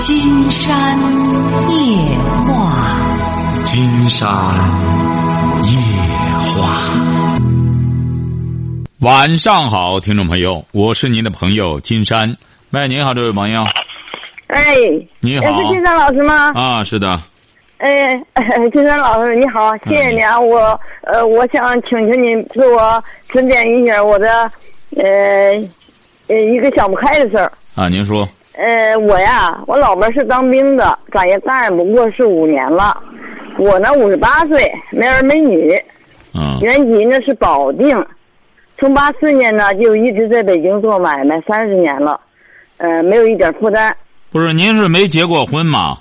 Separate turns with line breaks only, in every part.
金山夜话，
金山夜话。
晚上好，听众朋友，我是您的朋友金山。喂，您好，这位朋友。
哎，
你好，
是金山老师吗？
啊，是的。
哎，金山老师你好，谢谢你啊！嗯、我呃，我想请求您给我指点一下我的呃呃一个想不开的事儿。
啊，您说。
呃，我呀，我老伴是当兵的，咱也干不过是五年了。我呢，五十八岁，没儿没女。
嗯。
原籍呢是保定，从八四年呢就一直在北京做买卖，三十年了，呃，没有一点负担。
不是，您是没结过婚吗？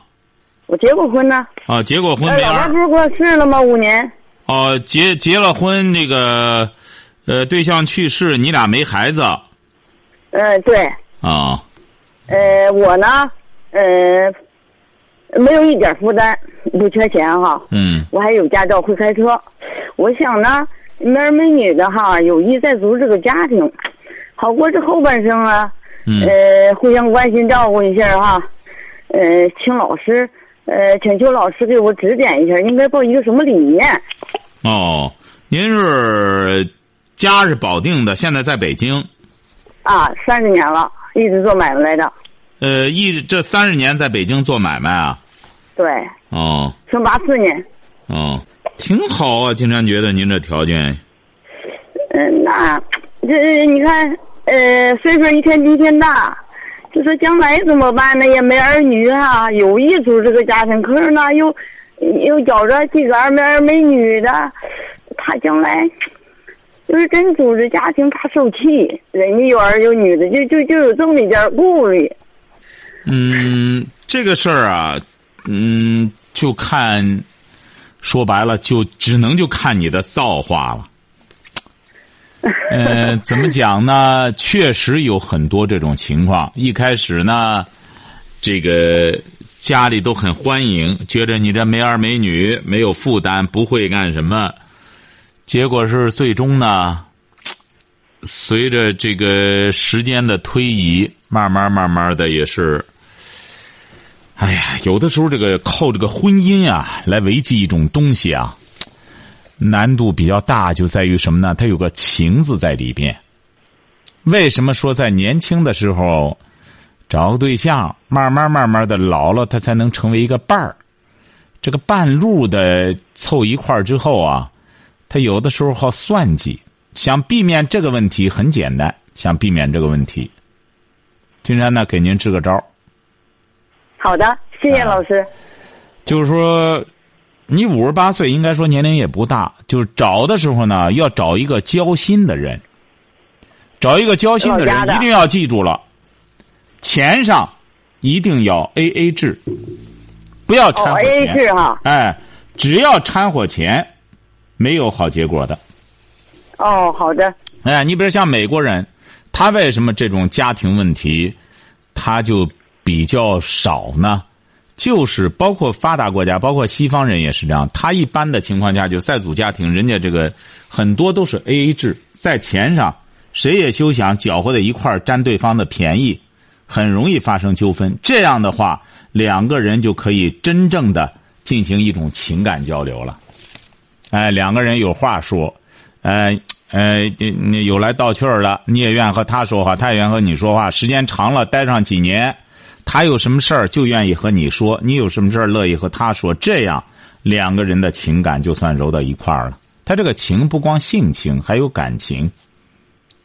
我结过婚呢。
啊，结过婚没？
呃哎老伴不是过世了吗？五年。
哦，结结了婚，那个，呃，对象去世，你俩没孩子。
呃，对。
啊、哦。
呃，我呢，呃，没有一点负担，不缺钱哈。
嗯。
我还有驾照，会开车。我想呢，没儿没女的哈，有意再组织个家庭，好过这后半生啊。
嗯。
呃，互相关心照顾一下哈。呃，请老师，呃，请邱老师给我指点一下，应该抱一个什么理念？
哦，您是家是保定的，现在在北京。
啊，三十年了。一直做买卖来的，
呃，一直这三十年在北京做买卖啊，
对，
哦，
从八四年，
哦，挺好啊，金山觉得您这条件，
嗯、呃，那这你看，呃，岁数一天比一天大，就说将来怎么办呢？也没儿女啊，有意组织个家庭，可是呢，又又觉着自个儿没儿没女的，怕将来。就是真组织家庭，怕受气。人家有儿有女的，就就就有这么一点顾虑。
嗯，这个事儿啊，嗯，就看，说白了，就只能就看你的造化了。呃，怎么讲呢？确实有很多这种情况。一开始呢，这个家里都很欢迎，觉着你这没儿没女，没有负担，不会干什么。结果是最终呢，随着这个时间的推移，慢慢慢慢的也是，哎呀，有的时候这个靠这个婚姻啊来维系一种东西啊，难度比较大，就在于什么呢？它有个情字在里边。为什么说在年轻的时候找个对象，慢慢慢慢的老了，他才能成为一个伴儿？这个半路的凑一块儿之后啊。他有的时候好算计，想避免这个问题很简单，想避免这个问题，金山呢给您支个招
好的，谢谢老师。啊、
就是说，你五十八岁，应该说年龄也不大，就是找的时候呢，要找一个交心的人，找一个交心的人，
的
一定要记住了，钱上一定要 A A 制，不要掺和
钱。哦、A A 制哈。
哎，只要掺和钱。没有好结果的。
哦，好的。
哎，你比如像美国人，他为什么这种家庭问题，他就比较少呢？就是包括发达国家，包括西方人也是这样。他一般的情况下就再组家庭，人家这个很多都是 A A 制，在钱上谁也休想搅和在一块儿占对方的便宜，很容易发生纠纷。这样的话，两个人就可以真正的进行一种情感交流了。哎，两个人有话说，哎哎，你有来道去了，你也愿和他说话，他也愿和你说话。时间长了，待上几年，他有什么事儿就愿意和你说，你有什么事儿乐意和他说。这样，两个人的情感就算揉到一块儿了。他这个情不光性情，还有感情。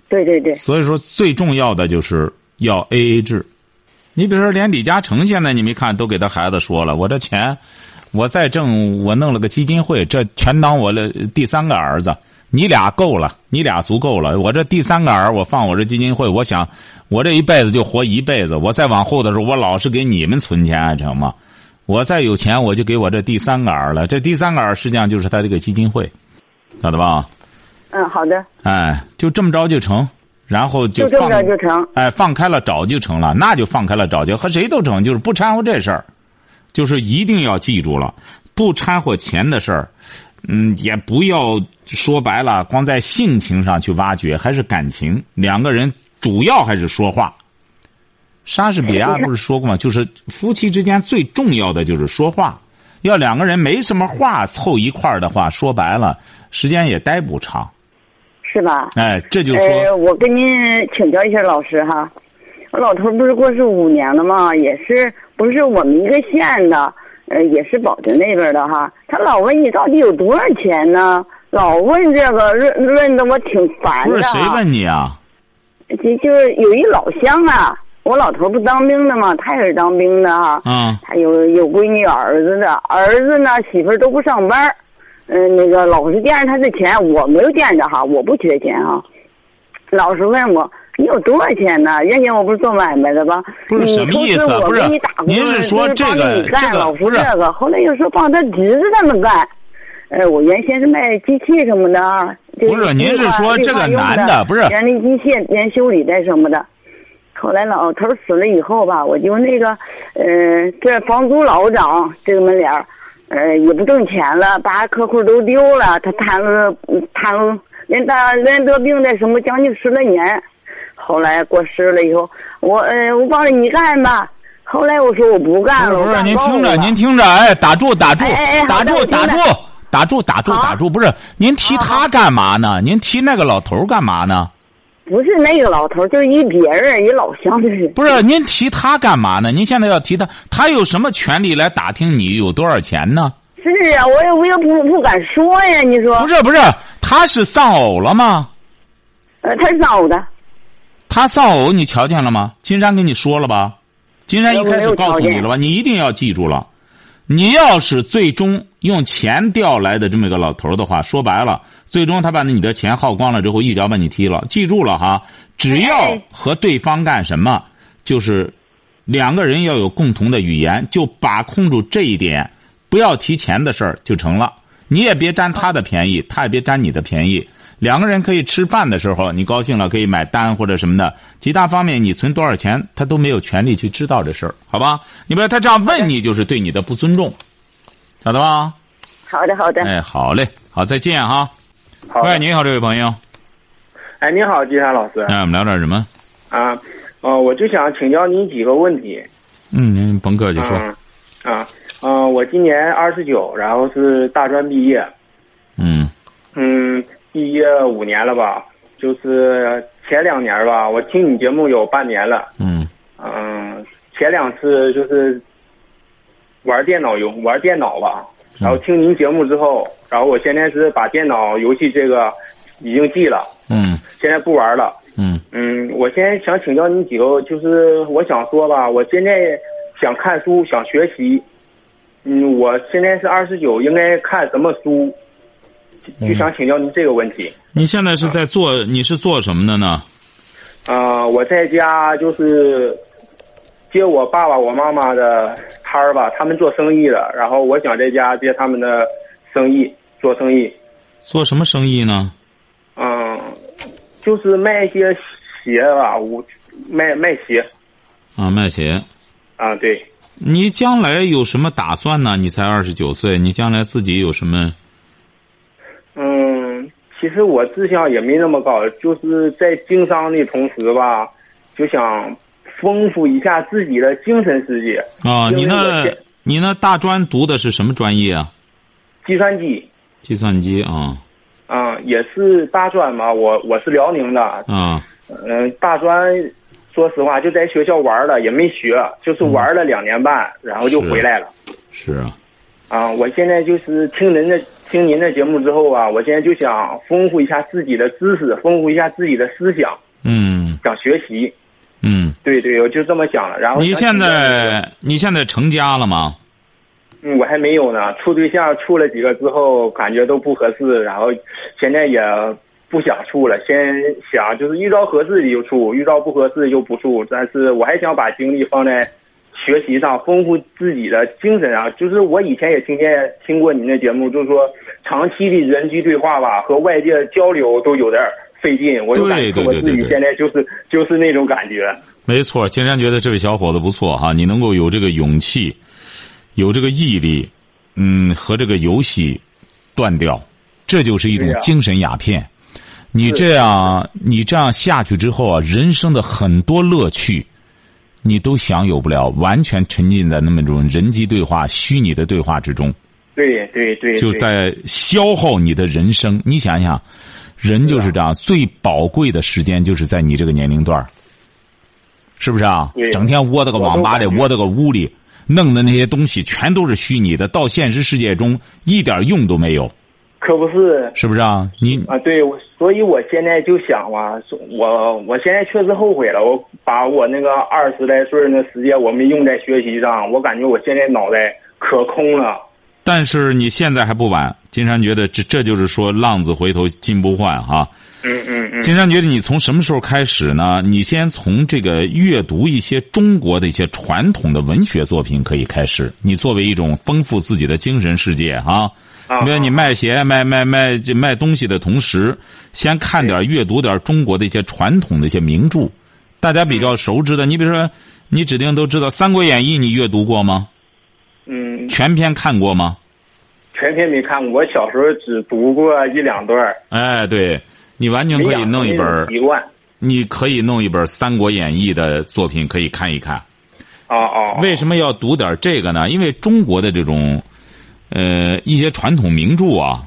对对对。
所以说，最重要的就是要 A A 制。你比如说，连李嘉诚现在你没看都给他孩子说了，我这钱。我再挣，我弄了个基金会，这全当我的第三个儿子。你俩够了，你俩足够了。我这第三个儿，我放我这基金会，我想，我这一辈子就活一辈子。我再往后的时候，我老是给你们存钱、啊，成吗？我再有钱，我就给我这第三个儿了。这第三个儿实际上就是他这个基金会，晓得吧？
嗯，好的。
哎，就这么着就成，然后
就
就
这么着就成。
哎，放开了找就成了，那就放开了找就和谁都成，就是不掺和这事儿。就是一定要记住了，不掺和钱的事儿，嗯，也不要说白了，光在性情上去挖掘，还是感情。两个人主要还是说话，莎士比亚不是说过吗？就是夫妻之间最重要的就是说话，要两个人没什么话凑一块儿的话，说白了时间也待不长。
是吧？
哎，这就
呃，
说
我跟您请教一下老师哈，我老头儿不是过世五年了吗？也是不是我们一个县的，呃，也是保定那边的哈。他老问你到底有多少钱呢？老问这个，问问的我挺烦的。
不是谁？问你啊？
就就是有一老乡啊，我老头儿不当兵的嘛，他也是当兵的哈。
啊，
他有有闺女有儿子的，儿子呢媳妇儿都不上班儿嗯、那个老是惦着他的钱，我没有惦着哈，我不缺钱啊。老是问我你有多少钱呢？原先我不是做买卖的吧？
不是
你
什么
初
意
次
思啊
我
不
给
是
你打工
您是说
就是帮
这个
着你干
这个
老是
不是
这个，后来又说帮他侄子他们干。呃，我原先是卖机器什么的啊。就
不是您是
绿化
说
绿
这
化
个
用
男
的
的不是
人力机械、人修理的什么的。后来老头儿死了以后吧，我就那个，呃，这房租老涨，这个门脸儿，呃，也不挣钱了，把客户都丢了，他谈了嗯谈了，连大连得病的什么将近十来年，后来过世了以后，我呃我帮着你干吧，后来我说我不干
不
了，
是不
我
是，
干
您
包
听着，
了
您听着，哎，打住打住
哎哎哎
打
好的
住
我听
打
着
住打住打住
好
打住，不是您提他干嘛呢？您提那个老头儿干嘛呢？
不是那个老头儿，就是一别人一老乡的人，
不是您提他干嘛呢？您现在要提他，他有什么权利来打听你有多少钱呢？
是啊，我也我也不不敢说呀，你说，
不是不是，他是丧偶了吗？
呃，他是找的。
他丧偶，你瞧见了吗？金山跟你说了吧？金山一开始告诉你了吧？你一定要记住了。你要是最终用钱调来的这么一个老头儿的话，说白了，最终他把你的钱耗光了之后，一脚把你踢了。记住了哈，只要
哎
和对方干什么，就是两个人要有共同的语言，就把控住这一点，不要提钱的事儿就成了。你也别占他的便宜，他也别占你的便宜。两个人可以吃饭的时候，你高兴了可以买单或者什么的，其他方面你存多少钱，他都没有权利去知道这事儿，好吧？你不要他这样问你，就是对你的不尊重，晓得吧？
好的，好的。
哎，好嘞，好，再见哈。
好的
喂，你好，这位朋友，
哎，你好，金山老师
哎，我们聊点什么？
啊，呃，我就想请教您几个问题。
嗯，您甭客气
嗯，
说，
啊，啊、呃我今年二十九，然后是大专毕业，
嗯
嗯，毕业五年了吧，就是前两年吧，我听你节目有半年了，
嗯
嗯，前两次就是玩电脑游玩电脑吧，
嗯
然后听您节目之后，然后我现在是把电脑游戏这个已经记了，
嗯
现在不玩了。
嗯
嗯，我现在想请教您几个，就是我想说吧，我现在想看书，想学习。嗯，我现在是二十九，应该看什么书？就就想请教您这个问题。
你现在是在做，你是做什么的呢？
啊、我在家就是接我爸爸、我妈妈的摊儿吧，他们做生意的，然后我想在家接他们的生意，做生意。
做什么生意呢？
嗯，就是卖一些鞋吧，我卖卖鞋。
啊，卖鞋。
啊，对。
你将来有什么打算呢？你才二十九岁，你将来自己有什么？
嗯，其实我志向也没那么高，就是在经商的同时吧，就想丰富一下自己的精神世界。
啊，
因为
你
我
那
现，
你那大专读的是什么专业啊？
计算机
计算机啊
啊、也是大专嘛，我我是辽宁的，
啊
嗯、大专说实话就在学校玩了，也没学，就是玩了两年半，然后就是回来了。
是啊，
啊、我现在就是听您的听您的节目之后啊，我现在就想丰富一下自己的知识，丰富一下自己的思想，
嗯
想学习。
嗯。
对对，我就这么想了。然后
你
想
现
请教您，
在你现在成家了吗？
嗯，我还没有呢。处对象处了几个之后，感觉都不合适，然后现在也不想处了。先想就是遇到合适的就处，遇到不合适的就不处。但是我还想把精力放在学习上，丰富自己的精神啊。就是我以前也听见听过您的节目，就是说长期的人机对话吧，和外界交流都有点儿费劲。我就感
对
觉
对
我
对
自己
对对
现在就是就是那种感觉。
没错，金山觉得这位小伙子不错哈，你能够有这个勇气，有这个毅力，嗯，和这个游戏断掉，这就是一种
对呀
精神鸦片。你这样，你这样下去之后啊，人生的很多乐趣你都享有不了，完全沉浸在那么种人机对话、虚拟的对话之中，
对对对，
就
对
在消耗你的人生。你想想，人就是这样，最宝贵的时间就是在你这个年龄段儿是不是啊
对？
整天窝到个网吧里，
我
窝
都感觉
到个屋里，弄的那些东西全都是虚拟的，到现实世界中一点用都没有，
可不是
是不是啊？你
啊，对，我所以我现在就想嘛，说我我现在确实后悔了，我把我那个二十来岁儿那时间我没用在学习上，我感觉我现在脑袋可空了。
但是你现在还不晚。金山觉得这这就是说浪子回头金不换啊哈、
嗯嗯嗯，
金山觉得你从什么时候开始呢？你先从这个阅读一些中国的一些传统的文学作品可以开始。你作为一种丰富自己的精神世界哈、
啊
比如你卖鞋、卖卖卖这卖东西的同时，先看点儿阅读点儿中国的一些传统的一些名著，大家比较熟知的。你比如说，你指定都知道《三国演义》，你阅读过吗？
嗯，
全篇看过吗？
全篇没看过，我小时候只读过一两段儿，
哎，对，你完全
没
可以
养成
弄一
那
本
种
儿，
习惯。
你可以弄一本《三国演义》的作品，可以看一看。
哦哦，
为什么要读点这个呢？因为中国的这种，呃，一些传统名著啊，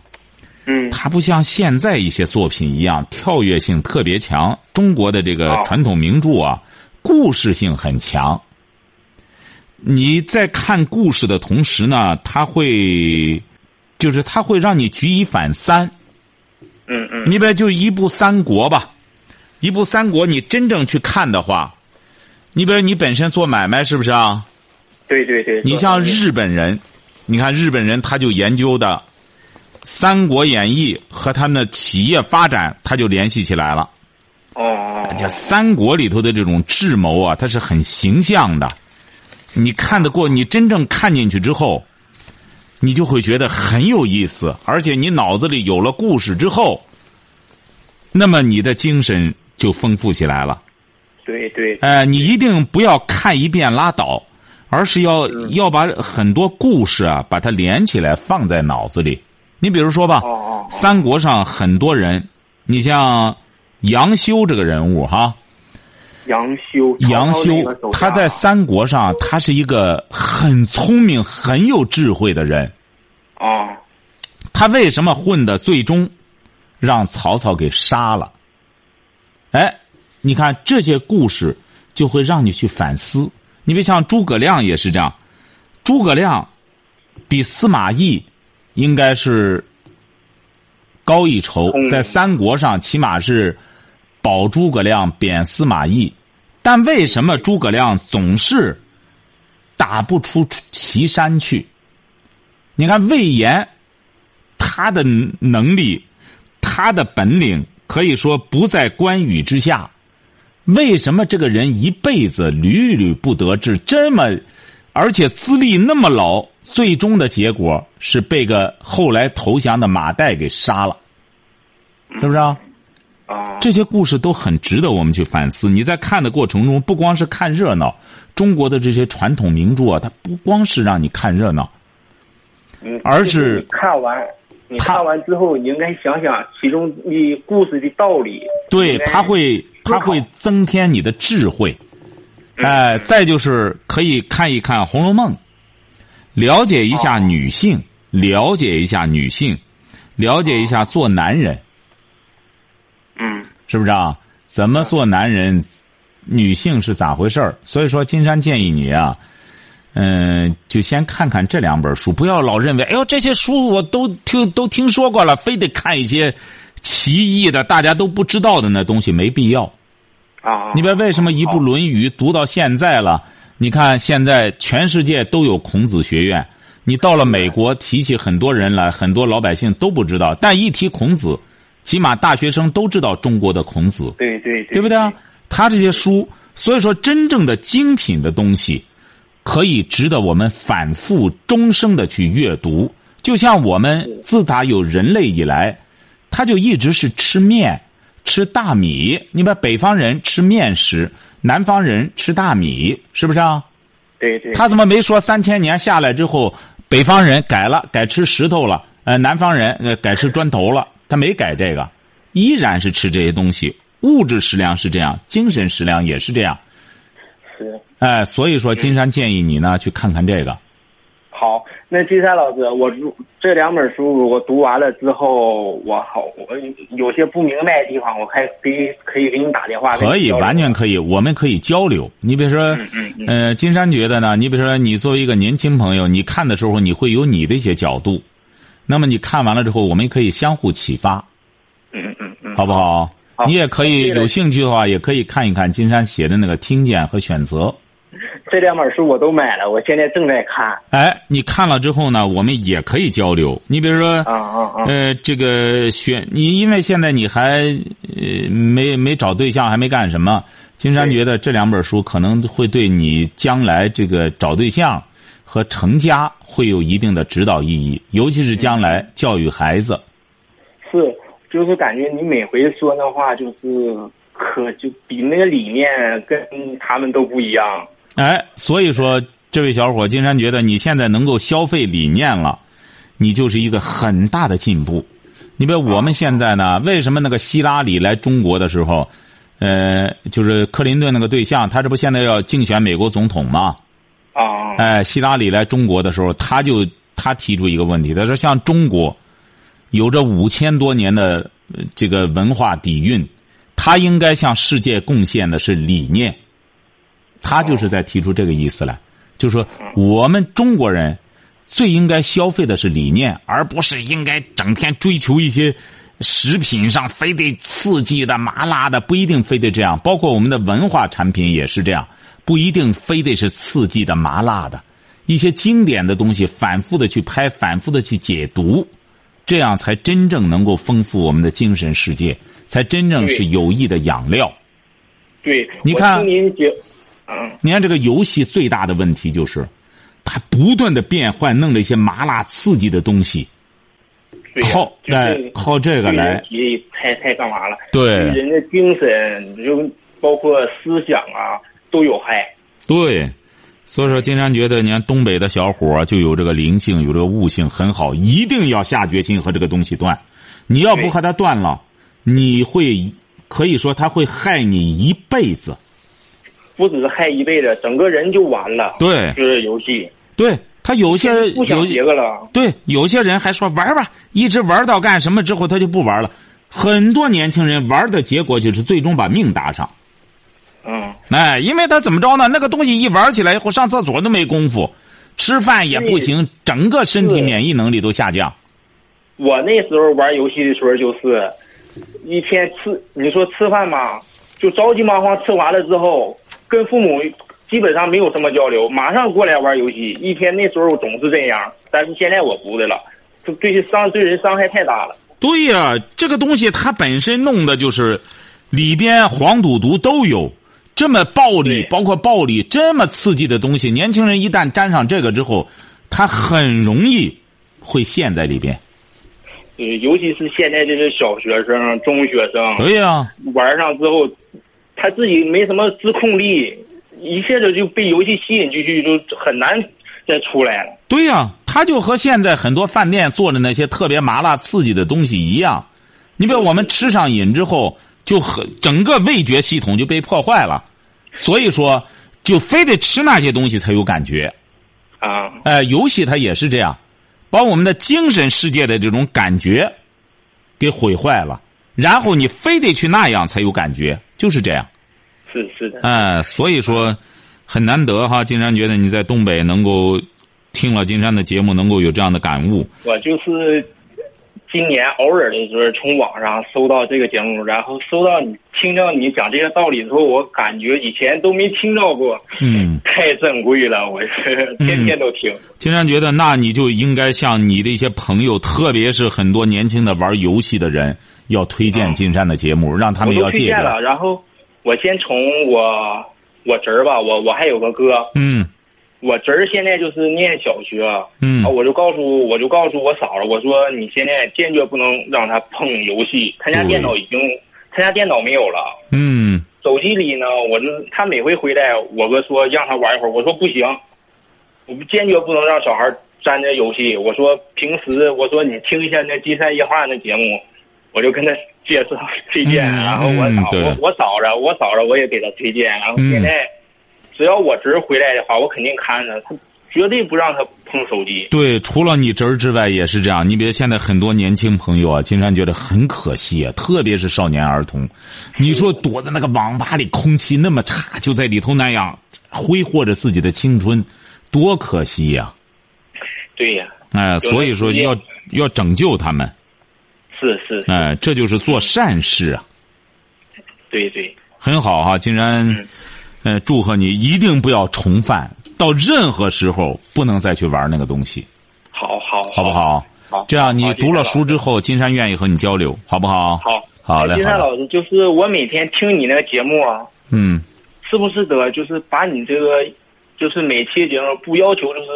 嗯
它不像现在一些作品一样跳跃性特别强。中国的这个
哦
传统名著啊，故事性很强。你在看故事的同时呢，它会，就是它会让你举一反三。
嗯嗯，
你比如就一部《三国》吧，一部《三国》，你真正去看的话，你比如你本身做买卖是不是啊？
对对对，
你
说
像
得对
日本人，你看日本人他就研究的《三国演义》和他们的企业发展，他就联系起来了。
哦哦，
这三国里头的这种智谋啊，它是很形象的。你看得过，你真正看进去之后，你就会觉得很有意思，而且你脑子里有了故事之后，那么你的精神就丰富起来了。
对对，
呃，你一定不要看一遍拉倒，而是要
嗯
要把很多故事啊，把它连起来放在脑子里。你比如说吧，
哦哦哦
三国上很多人，你像杨修这个人物哈、
杨修，
杨
曹操那
修
个手下
他在三国上，他是一个很聪明、很有智慧的人。
哦
他为什么混的最终让曹操给杀了？哎，你看这些故事就会让你去反思。你别像诸葛亮也是这样，诸葛亮比司马懿应该是高一筹，
嗯
在三国上起码是保诸葛亮、贬司马懿，但为什么诸葛亮总是打不出岐山去？你看魏延，他的能力，他的本领可以说不在关羽之下。为什么这个人一辈子屡屡不得志，这么，而且资历那么老，最终的结果是被个后来投降的马岱给杀了，是不是啊？
哦，
这些故事都很值得我们去反思。你在看的过程中，不光是看热闹，中国的这些传统名著啊，它不光是让你看热闹，
嗯
而
就是你看完，你
他
看完之后，你应该想想其中的故事的道理。
对
应，该
它会
思
它
考
会增添你的智慧。
嗯
哎、再就是可以看一看《红楼梦》，了解一下
哦
女性，了解一下女性，了解一下
哦
做男人，
嗯，
是不是啊？怎么做男人，女性是咋回事儿？所以说，金山建议你啊，嗯、就先看看这两本书，不要老认为，哎呦，这些书我都听都听说过了，非得看一些奇异的、大家都不知道的那东西，没必要。
啊，
你别为什么一部《论语》读到现在了？你看现在全世界都有孔子学院，你到了美国提起很多人来，很多老百姓都不知道，但一提孔子，起码大学生都知道中国的孔子。
对对对，
对不对啊？他这些书，所以说真正的精品的东西，可以值得我们反复终生的去阅读。就像我们自打有人类以来，他就一直是吃面、吃大米。你把北方人吃面食，南方人吃大米，是不是啊？
对对，
他怎么没说三千年下来之后，北方人改了，改吃石头了，呃，南方人呃改吃砖头了？他没改这个，依然是吃这些东西。物质食粮是这样，精神食粮也是这样。
是。嗯
哎，所以说金山建议你呢去看看这个。
好，那金山老师，我如这两本书我读完了之后，我好，我有些不明白的地方，我还可以可以给你打电话。
可以，完全
以。
可以，我们可以交流。你比如说
啊嗯，嗯嗯
呃，金山觉得呢，你比如说，你作为一个年轻朋友，你看的时候你会有你的一些角度，那么你看完了之后，我们可以相互启发，
嗯嗯嗯，
好不好？
好
你也可以
谢谢
有兴趣的话，也可以看一看金山写的那个《听见和选择》。
这两本书我都买了，我现在正在看。
哎，你看了之后呢，我们也可以交流。你比如说，
啊啊啊！
呃，这个选你，因为现在你还呃没没找对象，还没干什么。金山
对
觉得这两本书可能会对你将来这个找对象和成家会有一定的指导意义，尤其是将
嗯
来教育孩子。
是，就是感觉你每回说那话，就是可就比那个理念跟他们都不一样。
哎，所以说，这位小伙，金山觉得你现在能够消费理念了，你就是一个很大的进步。你比如我们现在呢，为什么那个希拉里来中国的时候，呃，就是克林顿那个对象，他这不现在要竞选美国总统吗？
啊，
哎，希拉里来中国的时候，他就他提出一个问题，他说像中国有着五千多年的呃这个文化底蕴，他应该向世界贡献的是理念。他就是在提出这个意思来，就说我们中国人最应该消费的是理念，而不是应该整天追求一些食品上非得刺激的、麻辣的，不一定非得这样。包括我们的文化产品也是这样，不一定非得是刺激的、麻辣的。一些经典的东西，反复的去拍，反复的去解读，这样才真正能够丰富我们的精神世界，才真正是
对
有益的养料。
对，
你
我
看
听您节，嗯，
你看这个游戏最大的问题就是，它不断的变换，弄了一些麻辣刺激的东西，
对呀、
靠
就是
哎靠这个
对
来
人体太太干嘛了？
对
对人的精神就包括思想啊都有害。
对，所以说金山觉得，你看东北的小伙儿就有这个灵性，有这个悟性，很好，一定要下决心和这个东西断。你要不
对
和他断了，你会可以说他会害你一辈子。
不只是害一辈子，整个人就完了。
对哎
就是游戏，
对他有些
不想
有
结个了。
对有些人还说玩吧，一直玩到干什么之后他就不玩了。很多年轻人玩的结果就是最终把命搭上。
嗯，
哎，因为他怎么着呢？那个东西一玩起来以后，上厕所都没功夫，吃饭也不行，整个身体
对
免疫能力都下降。
我那时候玩游戏的时候，就是一天吃，你说吃饭吧，就着急忙慌吃完了之后，跟父母基本上没有什么交流，马上过来玩游戏。一天那时候我总是这样，但是现在我不的了，就对伤对人伤害太大了。
对呀、这个东西它本身弄的就是，里边黄赌毒都有，这么暴力
对，
包括暴力这么刺激的东西，年轻人一旦沾上这个之后，他很容易会陷在里边。
呃，尤其是现在这些小学生、中学生
对哎呀、
玩上之后，他自己没什么自控力，一下子就被游戏吸引进去，就很难再出来了。
对呀、他就和现在很多饭店做的那些特别麻辣刺激的东西一样，你比如我们吃上瘾之后，就很整个味觉系统就被破坏了，所以说就非得吃那些东西才有感觉。
啊，
呃，游戏它也是这样，把我们的精神世界的这种感觉给毁坏了，然后你非得去那样才有感觉，就是这样。
是是的，
哎，所以说很难得哈，金山觉得你在东北能够听了金山的节目，能够有这样的感悟。
我就是今年偶尔的时候从网上搜到这个节目，然后搜到你听到你讲这些道理之后，我感觉以前都没听到过，
嗯，
太珍贵了，我 是天天都听。
金山觉得，那你就应该向你的一些朋友，特别是很多年轻的玩游戏的人，要推荐金山的节目，让他
哦我
们
都
要
推
戒
荐
掉。
了，然后我先从我我侄儿吧，我我还有个哥，
嗯
我侄儿现在就是念小学，
嗯
啊，我就告诉我就告诉我嫂子，我说你现在坚决不能让他碰游戏，他家
对
电脑已经他家电脑没有了。
嗯，
手机里呢，我就他每回回来，我哥说让他玩一会儿，我说不行，我坚决不能让小孩沾着游戏。我说平时我说你听一下那金山夜话那节目，我就跟他介绍推荐，
嗯
然后我
嗯
嫂、
对嗯
我我嫂子我嫂子我也给他推荐，然后现在只要我侄儿回来的话，我肯定看着他，绝对不让他碰手机。
对，除了你侄儿之外也是这样。你比如现在很多年轻朋友啊，金山觉得很可惜啊，特别是少年儿童。你说躲在那个网吧里，空气那么差，就在里头那样挥霍着自己的青春，多可惜呀、
对呀、
哎，所以说要要拯救他们，
是是，是
哎，这就是做善事啊，
对对，
很好哈、金山，呃，祝贺你一定不要重犯，到任何时候不能再去玩那个东西，
好好
好不？好？
好
这样你
好
读了
金山老师
书之后，金山愿意和你交流，好不好？
好，哎
好嘞，
金
好
山
嘞，
老师，就是我每天听你那个节目啊，
嗯，
是不是得就是把你这个，就是每期节目不要求就是，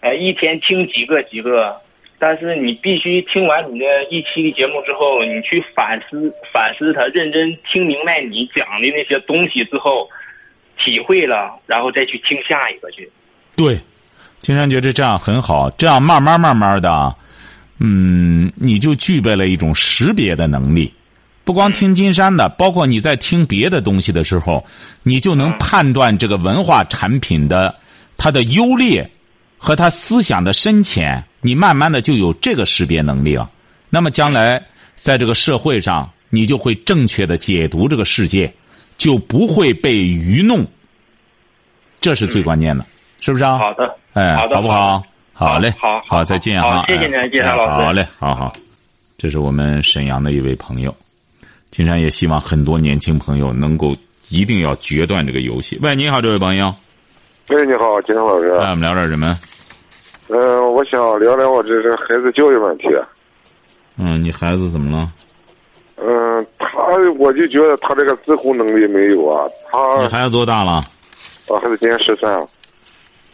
呃，一天听几个几个，但是你必须听完你的一期的节目之后，你去反思反思它，认真听明白你讲的那些东西之后，体会了，然后再去听下一个去。
对，金山觉得这样很好，这样慢慢慢慢的，嗯，你就具备了一种识别的能力。不光听金山的，包括你在听别的东西的时候，你就能判断这个文化产品的它的优劣和它思想的深浅，你慢慢的就有这个识别能力了。那么将来在这个社会上，你就会正确的解读这个世界，就不会被愚弄，这是最关键的，是不是啊？
嗯好的，
哎，
好的，
不好？好嘞，
好好
好，再见
好
哈，
谢谢您
哎
金山老师
好嘞，好好，这是我们沈阳的一位朋友，金山也希望很多年轻朋友能够一定要决断这个游戏。喂，你好，这位朋友，
喂，你好，金城老师。
那我们聊点什么？
嗯、我想聊聊我这个孩子教育问题。
嗯，你孩子怎么了？
嗯、他我就觉得他这个自控能力没有啊。他
你孩子多大了？
我孩子今年十三，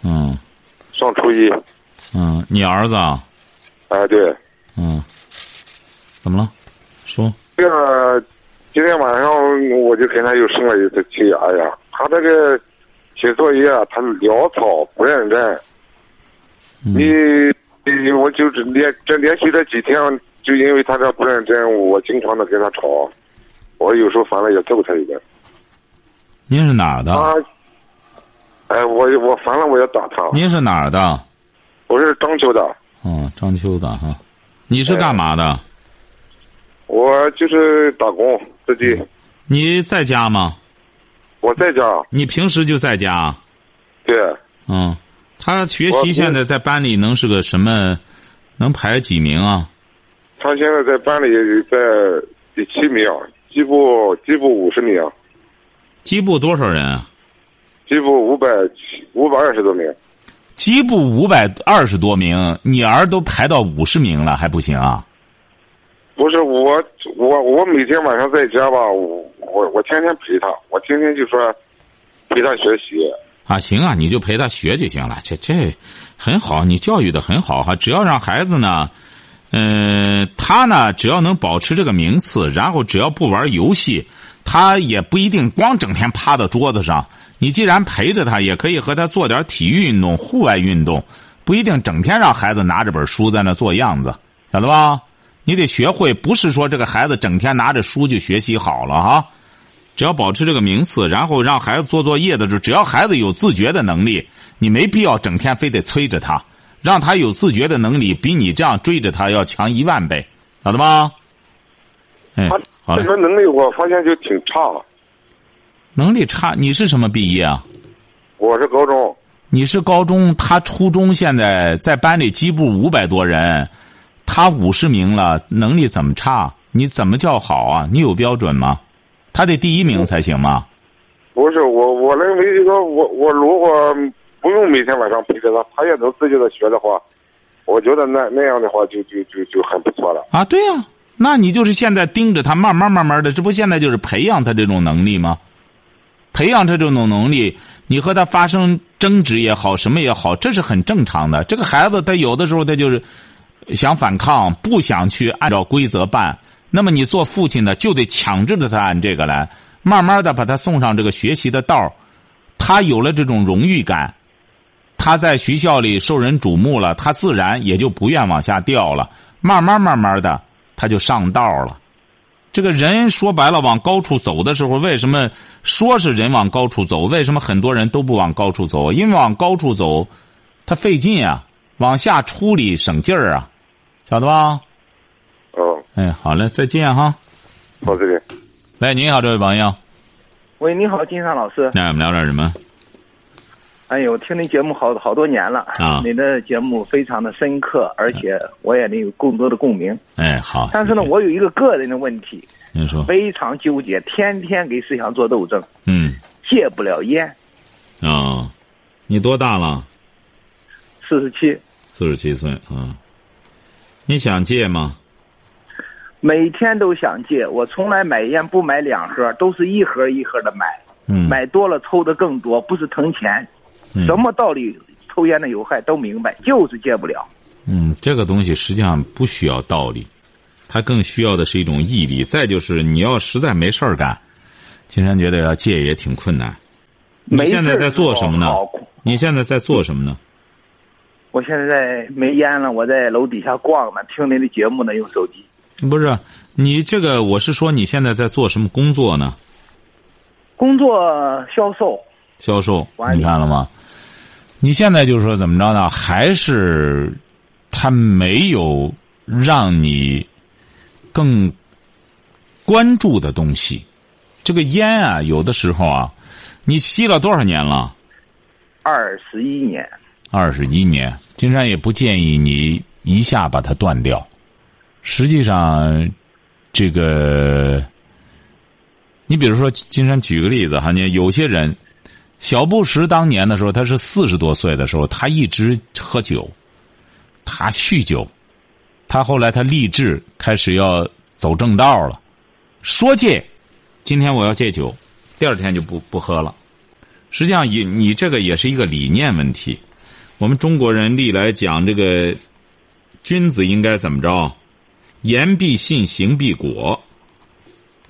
嗯
上初一。
嗯，你儿子啊？
哎、对，
嗯，怎么了？说，
这个今天晚上我就跟他又生了一次气。哎呀，他这个写作业啊他潦草不认真，
嗯
你你我就只连这连续这几天，就因为他这不认真，我经常的跟他吵，我有时候烦了也揍他一顿。
您是哪儿的？
啊，哎，我我烦了，我要打他。
您是哪儿的？
我是章丘的，
哦，章丘的哈。你是干嘛的？
我就是打工自己，
嗯你在家吗？
我在家。
你平时就在家啊？
对，
嗯，他学
我
习
平
现在在班里能是个什么？能排几名啊？
他现在在班里在第七名，进步进步五十名，
机部多少人啊？
进步五百五百二十多名。
机部五百二十多名，你儿都排到五十名了，还不行啊？
不是我我我每天晚上在家吧，我我我天天陪他，我天天就说陪他学习。
啊，行啊，你就陪他学就行了，这这很好，你教育的很好哈。只要让孩子呢，呃，他呢只要能保持这个名次，然后只要不玩游戏，他也不一定光整天趴到桌子上。你既然陪着他，也可以和他做点体育运动、户外运动，不一定整天让孩子拿着本书在那做样子，晓得吧？你得学会，不是说这个孩子整天拿着书就学习好了哈。只要保持这个名次，然后让孩子做作业的时候，只要孩子有自觉的能力，你没必要整天非得催着他，让他有自觉的能力，比你这样追着他要强一万倍，晓得吗？哎
他，
好嘞
这，个能力我发现就挺差。
能力差，你是什么毕业啊？
我是高中，
你是高中，他初中，现在在班里机部五百多人，他五十名了，能力怎么差？你怎么叫好啊？你有标准吗？他得第一名才行吗？
不是我，我认为这个我我如果不用每天晚上陪着他，他也能自己的学的话，我觉得那那样的话就就就就很不错了。
啊，对呀、那你就是现在盯着他，慢慢慢慢的，这不现在就是培养他这种能力吗？培养他这种能力，你和他发生争执也好，什么也好，这是很正常的。这个孩子他有的时候他就是想反抗，不想去按照规则办。那么你做父亲的就得强制着他按这个来，慢慢的把他送上这个学习的道儿他有了这种荣誉感，他在学校里受人瞩目了，他自然也就不愿往下掉了。慢慢慢慢的，他就上道了。这个人说白了往高处走的时候，为什么说是人往高处走？为什么很多人都不往高处走？啊因为往高处走，他费劲啊，往下处理省劲儿啊，晓得吧？
嗯，
哎，好嘞，再见哈。
好，再见。
来，您好，这位朋友，
喂，你好，金山老师。
那我们聊点什么？
哎呦，我听您节目好好多年了
啊
您的节目非常的深刻，而且我也能有更多的共鸣。
哎，好。
但是呢，
谢谢
我有一个个人的问题，
您说，
非常纠结，天天给思想做斗争，
嗯，
戒不了烟。
哦，你多大了？
四十七，
四十七岁啊、嗯你想戒吗？
每天都想戒，我从来买烟不买两盒，都是一盒一盒的买，
嗯，
买多了抽的更多，不是疼钱，
嗯
什么道理抽烟的有害都明白，就是戒不了。
嗯，这个东西实际上不需要道理，它更需要的是一种毅力。再就是你要实在没事儿干，金山觉得要戒也挺困难。你
没事
现在在做
儿
什么呢
好苦？
你现在在做什么呢？
我现在没烟了，我在楼底下逛呢，听您的节目呢，用手机。
不是你这个，我是说你现在在做什么工作呢？
工作销售，
销售，
管理
你看了吗？你现在就是说怎么着呢？还是他没有让你更关注的东西。这个烟啊，有的时候啊，你吸了多少年了？
二十一年，
二十一年。金山也不建议你一下把它断掉。实际上，这个，你比如说，金山举个例子哈，你有些人，小布什当年的时候，他是四十多岁的时候，他一直喝酒，他酗酒，他后来他立志开始要走正道了，说戒，今天我要戒酒，第二天就不不喝了。实际上也，你这个也是一个理念问题。我们中国人历来讲这个君子应该怎么着？言必信，行必果，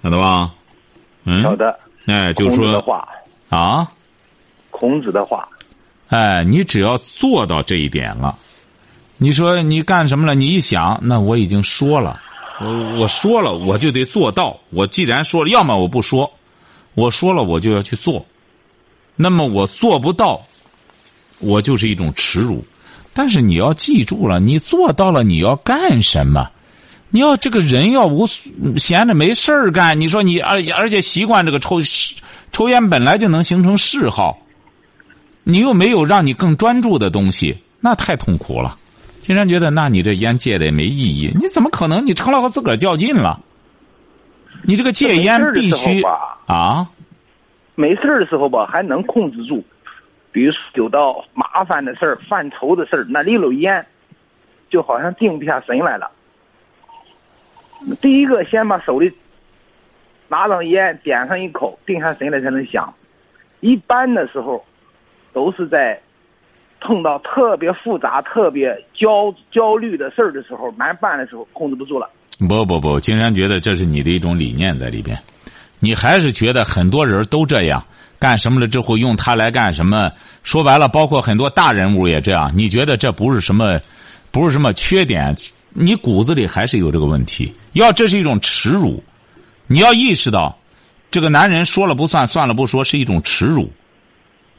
晓得吧？嗯，
晓得。
哎，就
孔子的
说
话，
啊，
孔子的话，
哎，你只要做到这一点了，你说你干什么了？你一想，那我已经说了，我我说了，我就得做到。我既然说了，要么我不说，我说了我就要去做。那么我做不到，我就是一种耻辱。但是你要记住了，你做到了，你要干什么？你要这个人要无所闲着没事儿干，你说你而而且习惯这个抽抽烟本来就能形成嗜好，你又没有让你更专注的东西，那太痛苦了。金山觉得，那你这烟戒的也没意义，你怎么可能你成了和自个儿较劲了？你这个戒烟必
没
须
事儿的时候吧
啊，
没事儿的时候吧，还能控制住，比如说有到麻烦的事儿、犯愁的事儿，那溜溜烟，就好像定不下神来了。第一个，先把手里拿上烟，点上一口，定下神来才能想。一般的时候，都是在碰到特别复杂、特别焦焦虑的事儿的时候，难办的时候，控制不住了。
不不不，金山觉得这是你的一种理念在里边，你还是觉得很多人都这样，干什么了之后用它来干什么？说白了，包括很多大人物也这样。你觉得这不是什么，不是什么缺点？你骨子里还是有这个问题。要这是一种耻辱，你要意识到，这个男人说了不算，算了不说，是一种耻辱。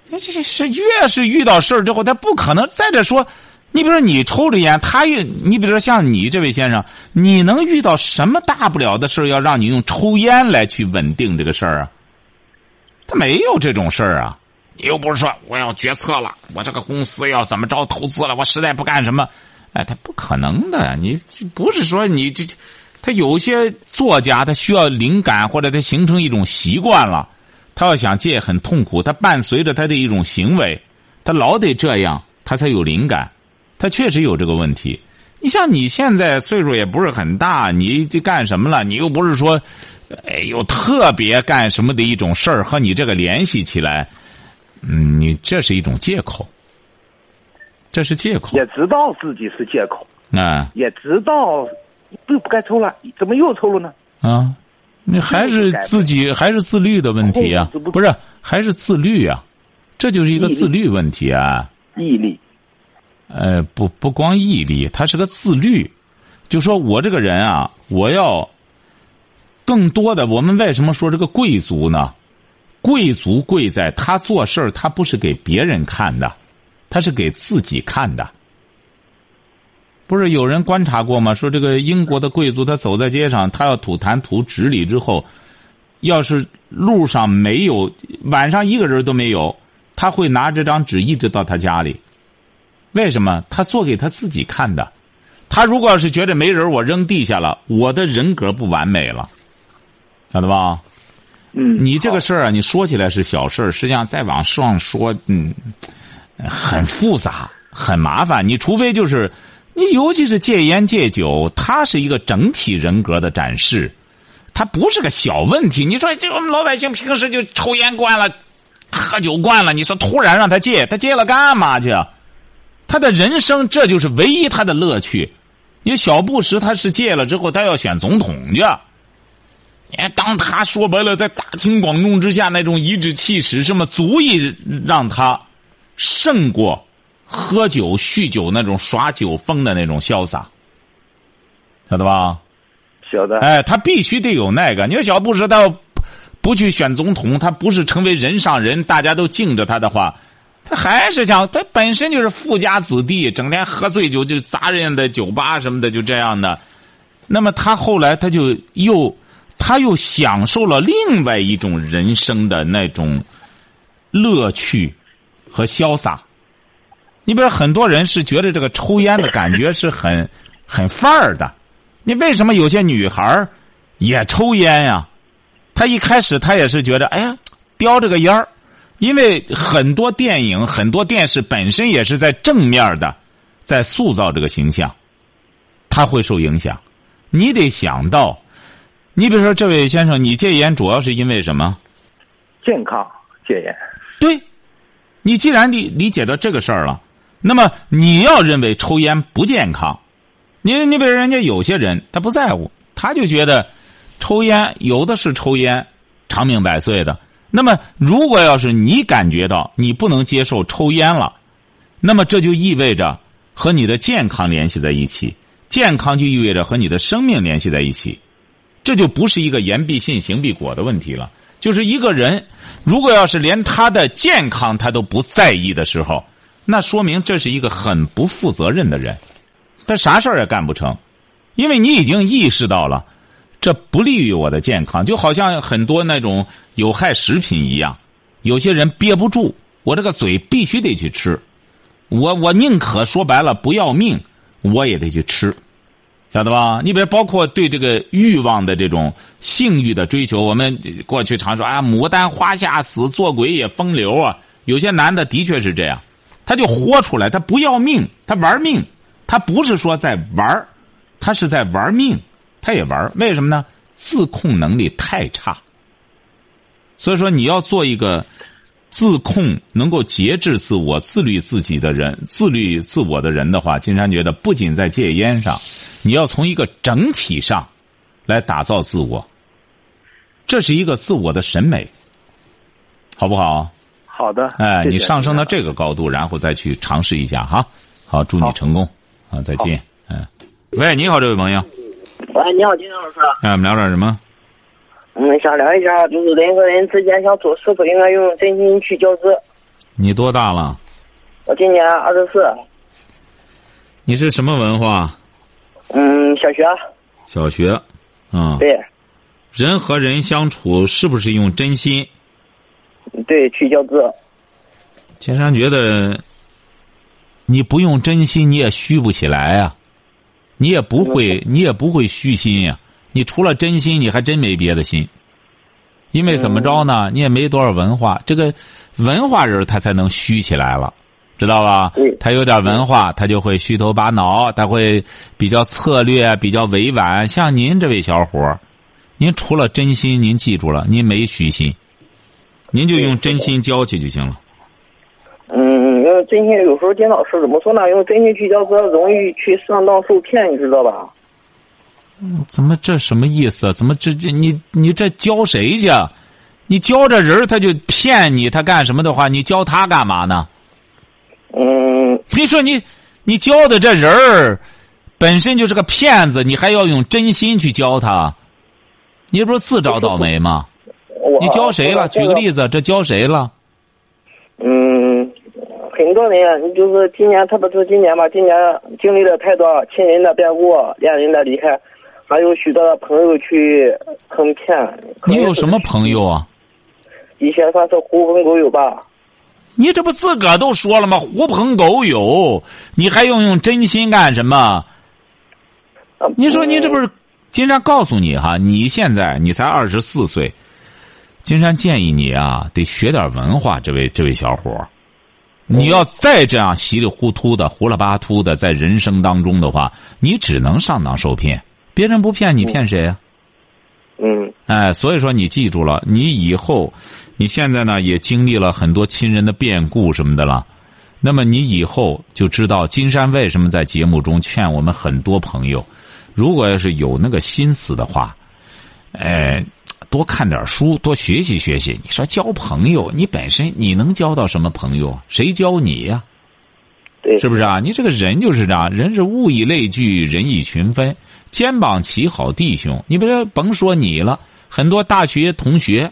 那哎这是是越是遇到事儿之后，他不可能再者说，你比如说你抽着烟，他也你比如说像你这位先生，你能遇到什么大不了的事儿要让你用抽烟来去稳定这个事儿啊？他没有这种事儿啊！你又不是说我要决策了，我这个公司要怎么着投资了，我实在不干什么，哎，他不可能的。你这不是说你这，他有些作家他需要灵感，或者他形成一种习惯了。他要想戒很痛苦，他伴随着他的一种行为，他老得这样，他才有灵感。他确实有这个问题。你像你现在岁数也不是很大，你这干什么了？你又不是说，哎呦，特别干什么的一种事儿和你这个联系起来，嗯，你这是一种借口，这是借口
也知道自己是借口，
啊
也知道不不该抽了，怎么又抽了呢？
啊！你还是自己还是自律的问题啊
控制不，住
不是还是自律啊，这就是一个自律问题啊。
毅力，
呃，不不光毅力，他是个自律，就说我这个人啊，我要更多的，我们为什么说这个贵族呢？贵族贵在他做事儿，他不是给别人看的，他是给自己看的。不是有人观察过吗？说这个英国的贵族，他走在街上，他要吐痰吐纸里之后，要是路上没有晚上一个人都没有，他会拿这张纸一直到他家里。为什么？他做给他自己看的。他如果要是觉得没人，我扔地下了，我的人格不完美了，晓得吧？
嗯，
你这个事儿啊，你说起来是小事儿，实际上再往上说，嗯，很复杂，很麻烦。你除非就是，你尤其是戒烟戒酒，它是一个整体人格的展示，它不是个小问题。你说哎这我们老百姓平时就抽烟惯了，喝酒惯了，你说突然让他戒，他戒了干嘛去？啊他的人生这就是唯一他的乐趣。因为小布什他是戒了之后，他要选总统去。哎，当他说白了，在大庭广众之下那种颐指气使，什么足以让他胜过喝酒、酗酒那种耍酒疯的那种潇洒，晓得吧？
晓得。
哎，他必须得有那个。你说小布什他要不去选总统，他不是成为人上人，大家都敬着他的话，他还是想他本身就是富家子弟，整天喝醉酒就砸人家的酒吧什么的，就这样的。那么他后来他就又。他又享受了另外一种人生的那种乐趣和潇洒。你比如很多人是觉得这个抽烟的感觉是很很范儿的。你为什么有些女孩也抽烟呀、啊？她一开始她也是觉得，哎呀，叼这个烟儿，因为很多电影、很多电视本身也是在正面的，在塑造这个形象，她会受影响。你得想到。你比如说，这位先生，你戒烟主要是因为什么？
健康戒烟。
对，你既然理理解到这个事儿了，那么你要认为抽烟不健康，你你比如人家有些人他不在乎，他就觉得抽烟有的是抽烟长命百岁的。那么如果要是你感觉到你不能接受抽烟了，那么这就意味着和你的健康联系在一起，健康就意味着和你的生命联系在一起。这就不是一个言必信行必果的问题了，就是一个人如果要是连他的健康他都不在意的时候，那说明这是一个很不负责任的人，他啥事儿也干不成，因为你已经意识到了，这不利于我的健康，就好像很多那种有害食品一样，有些人憋不住，我这个嘴必须得去吃，我我宁可说白了不要命，我也得去吃。晓得吧？你比如包括对这个欲望的这种性欲的追求，我们过去常说啊，牡丹花下死，做鬼也风流啊。有些男的的确是这样，他就豁出来，他不要命，他玩命，他不是说在玩他是在玩命，他也玩为什么呢？自控能力太差。所以说，你要做一个自控、能够节制自我、自律自己的人、自律自我的人的话，金山觉得不仅在戒烟上。你要从一个整体上来打造自我，这是一个自我的审美，好不好？
好的。
哎，
谢谢啊
你上升到这个高度，然后再去尝试一下哈。好，祝你成功。啊，再见。嗯。喂，你好，这位朋友。
喂，你好，金老师。
哎，我们聊点什么？
我们想聊一下，就是人和人之间相处是否应该用真心去交织。
你多大了？
我今年二十四。
你是什么文化？
嗯，小学。
小学，啊、嗯。
对。
人和人相处是不是用真心？
对，去交织。
金山觉得，你不用真心，你也虚不起来啊，你也不会，你也不会虚心呀、啊。你除了真心，你还真没别的心。因为怎么着呢？你也没多少文化，这个文化人他才能虚起来了。知道吧？他有点文化，他就会虚头巴脑，他会比较策略，比较委婉。像您这位小伙儿，您除了真心，您记住了，您没虚心，您就用真心交去就行了。
嗯，因为真心有时候金老师怎么说呢？用真心去交割，容易去上当受骗，你知道吧？
嗯，怎么这什么意思？啊怎么这这你你这教谁去？啊你教这人他就骗你，他干什么的话，你教他干嘛呢？
嗯，
你说你，你教的这人儿，本身就是个骗子，你还要用真心去教他，你这不是自找倒霉吗？
我啊
你教谁了？举个例子，这教谁了？
嗯，很多人就是今年，特别是今年吧，今年经历了太多亲人的变故、恋人的离开，还有许多的朋友去坑骗。
你有什么朋友啊？
以前算是狐朋狗友吧。
你这不自个儿都说了吗？狐朋狗友，你还用用真心干什么？
啊
你说你这不是？金山告诉你哈，你现在你才二十四岁，金山建议你啊，得学点文化，这位这位小伙你要再这样稀里糊涂的、糊了巴秃的在人生当中的话，你只能上当受骗，别人不骗你骗谁呀、
啊？嗯，
哎，所以说你记住了，你以后，你现在呢也经历了很多亲人的变故什么的了，那么你以后就知道金山为什么在节目中劝我们很多朋友。如果要是有那个心思的话，哎，多看点书，多学习学习。你说交朋友，你本身你能交到什么朋友啊？谁教你呀、
啊？对，
是不是啊？你这个人就是这样，人是物以类聚，人以群分。肩膀齐好弟兄，你别甭说你了，很多大学同学，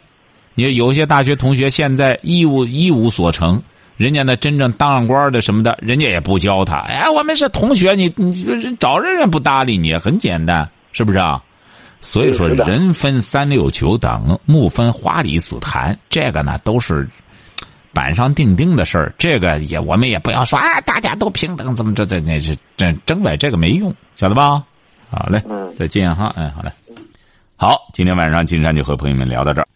你有些大学同学现在一无一无所成。人家那真正当上官的什么的，人家也不教他。哎，我们是同学，你你找人人不搭理你，很简单，是不是啊？所以说，人分三六九等，木分花里紫檀，这个呢都是板上钉钉的事儿。这个也我们也不要说啊，大家都平等，怎么这这那这这争来这个没用，晓得吧？好嘞，再见哈，哎，好嘞，好，今天晚上金山就和朋友们聊到这儿。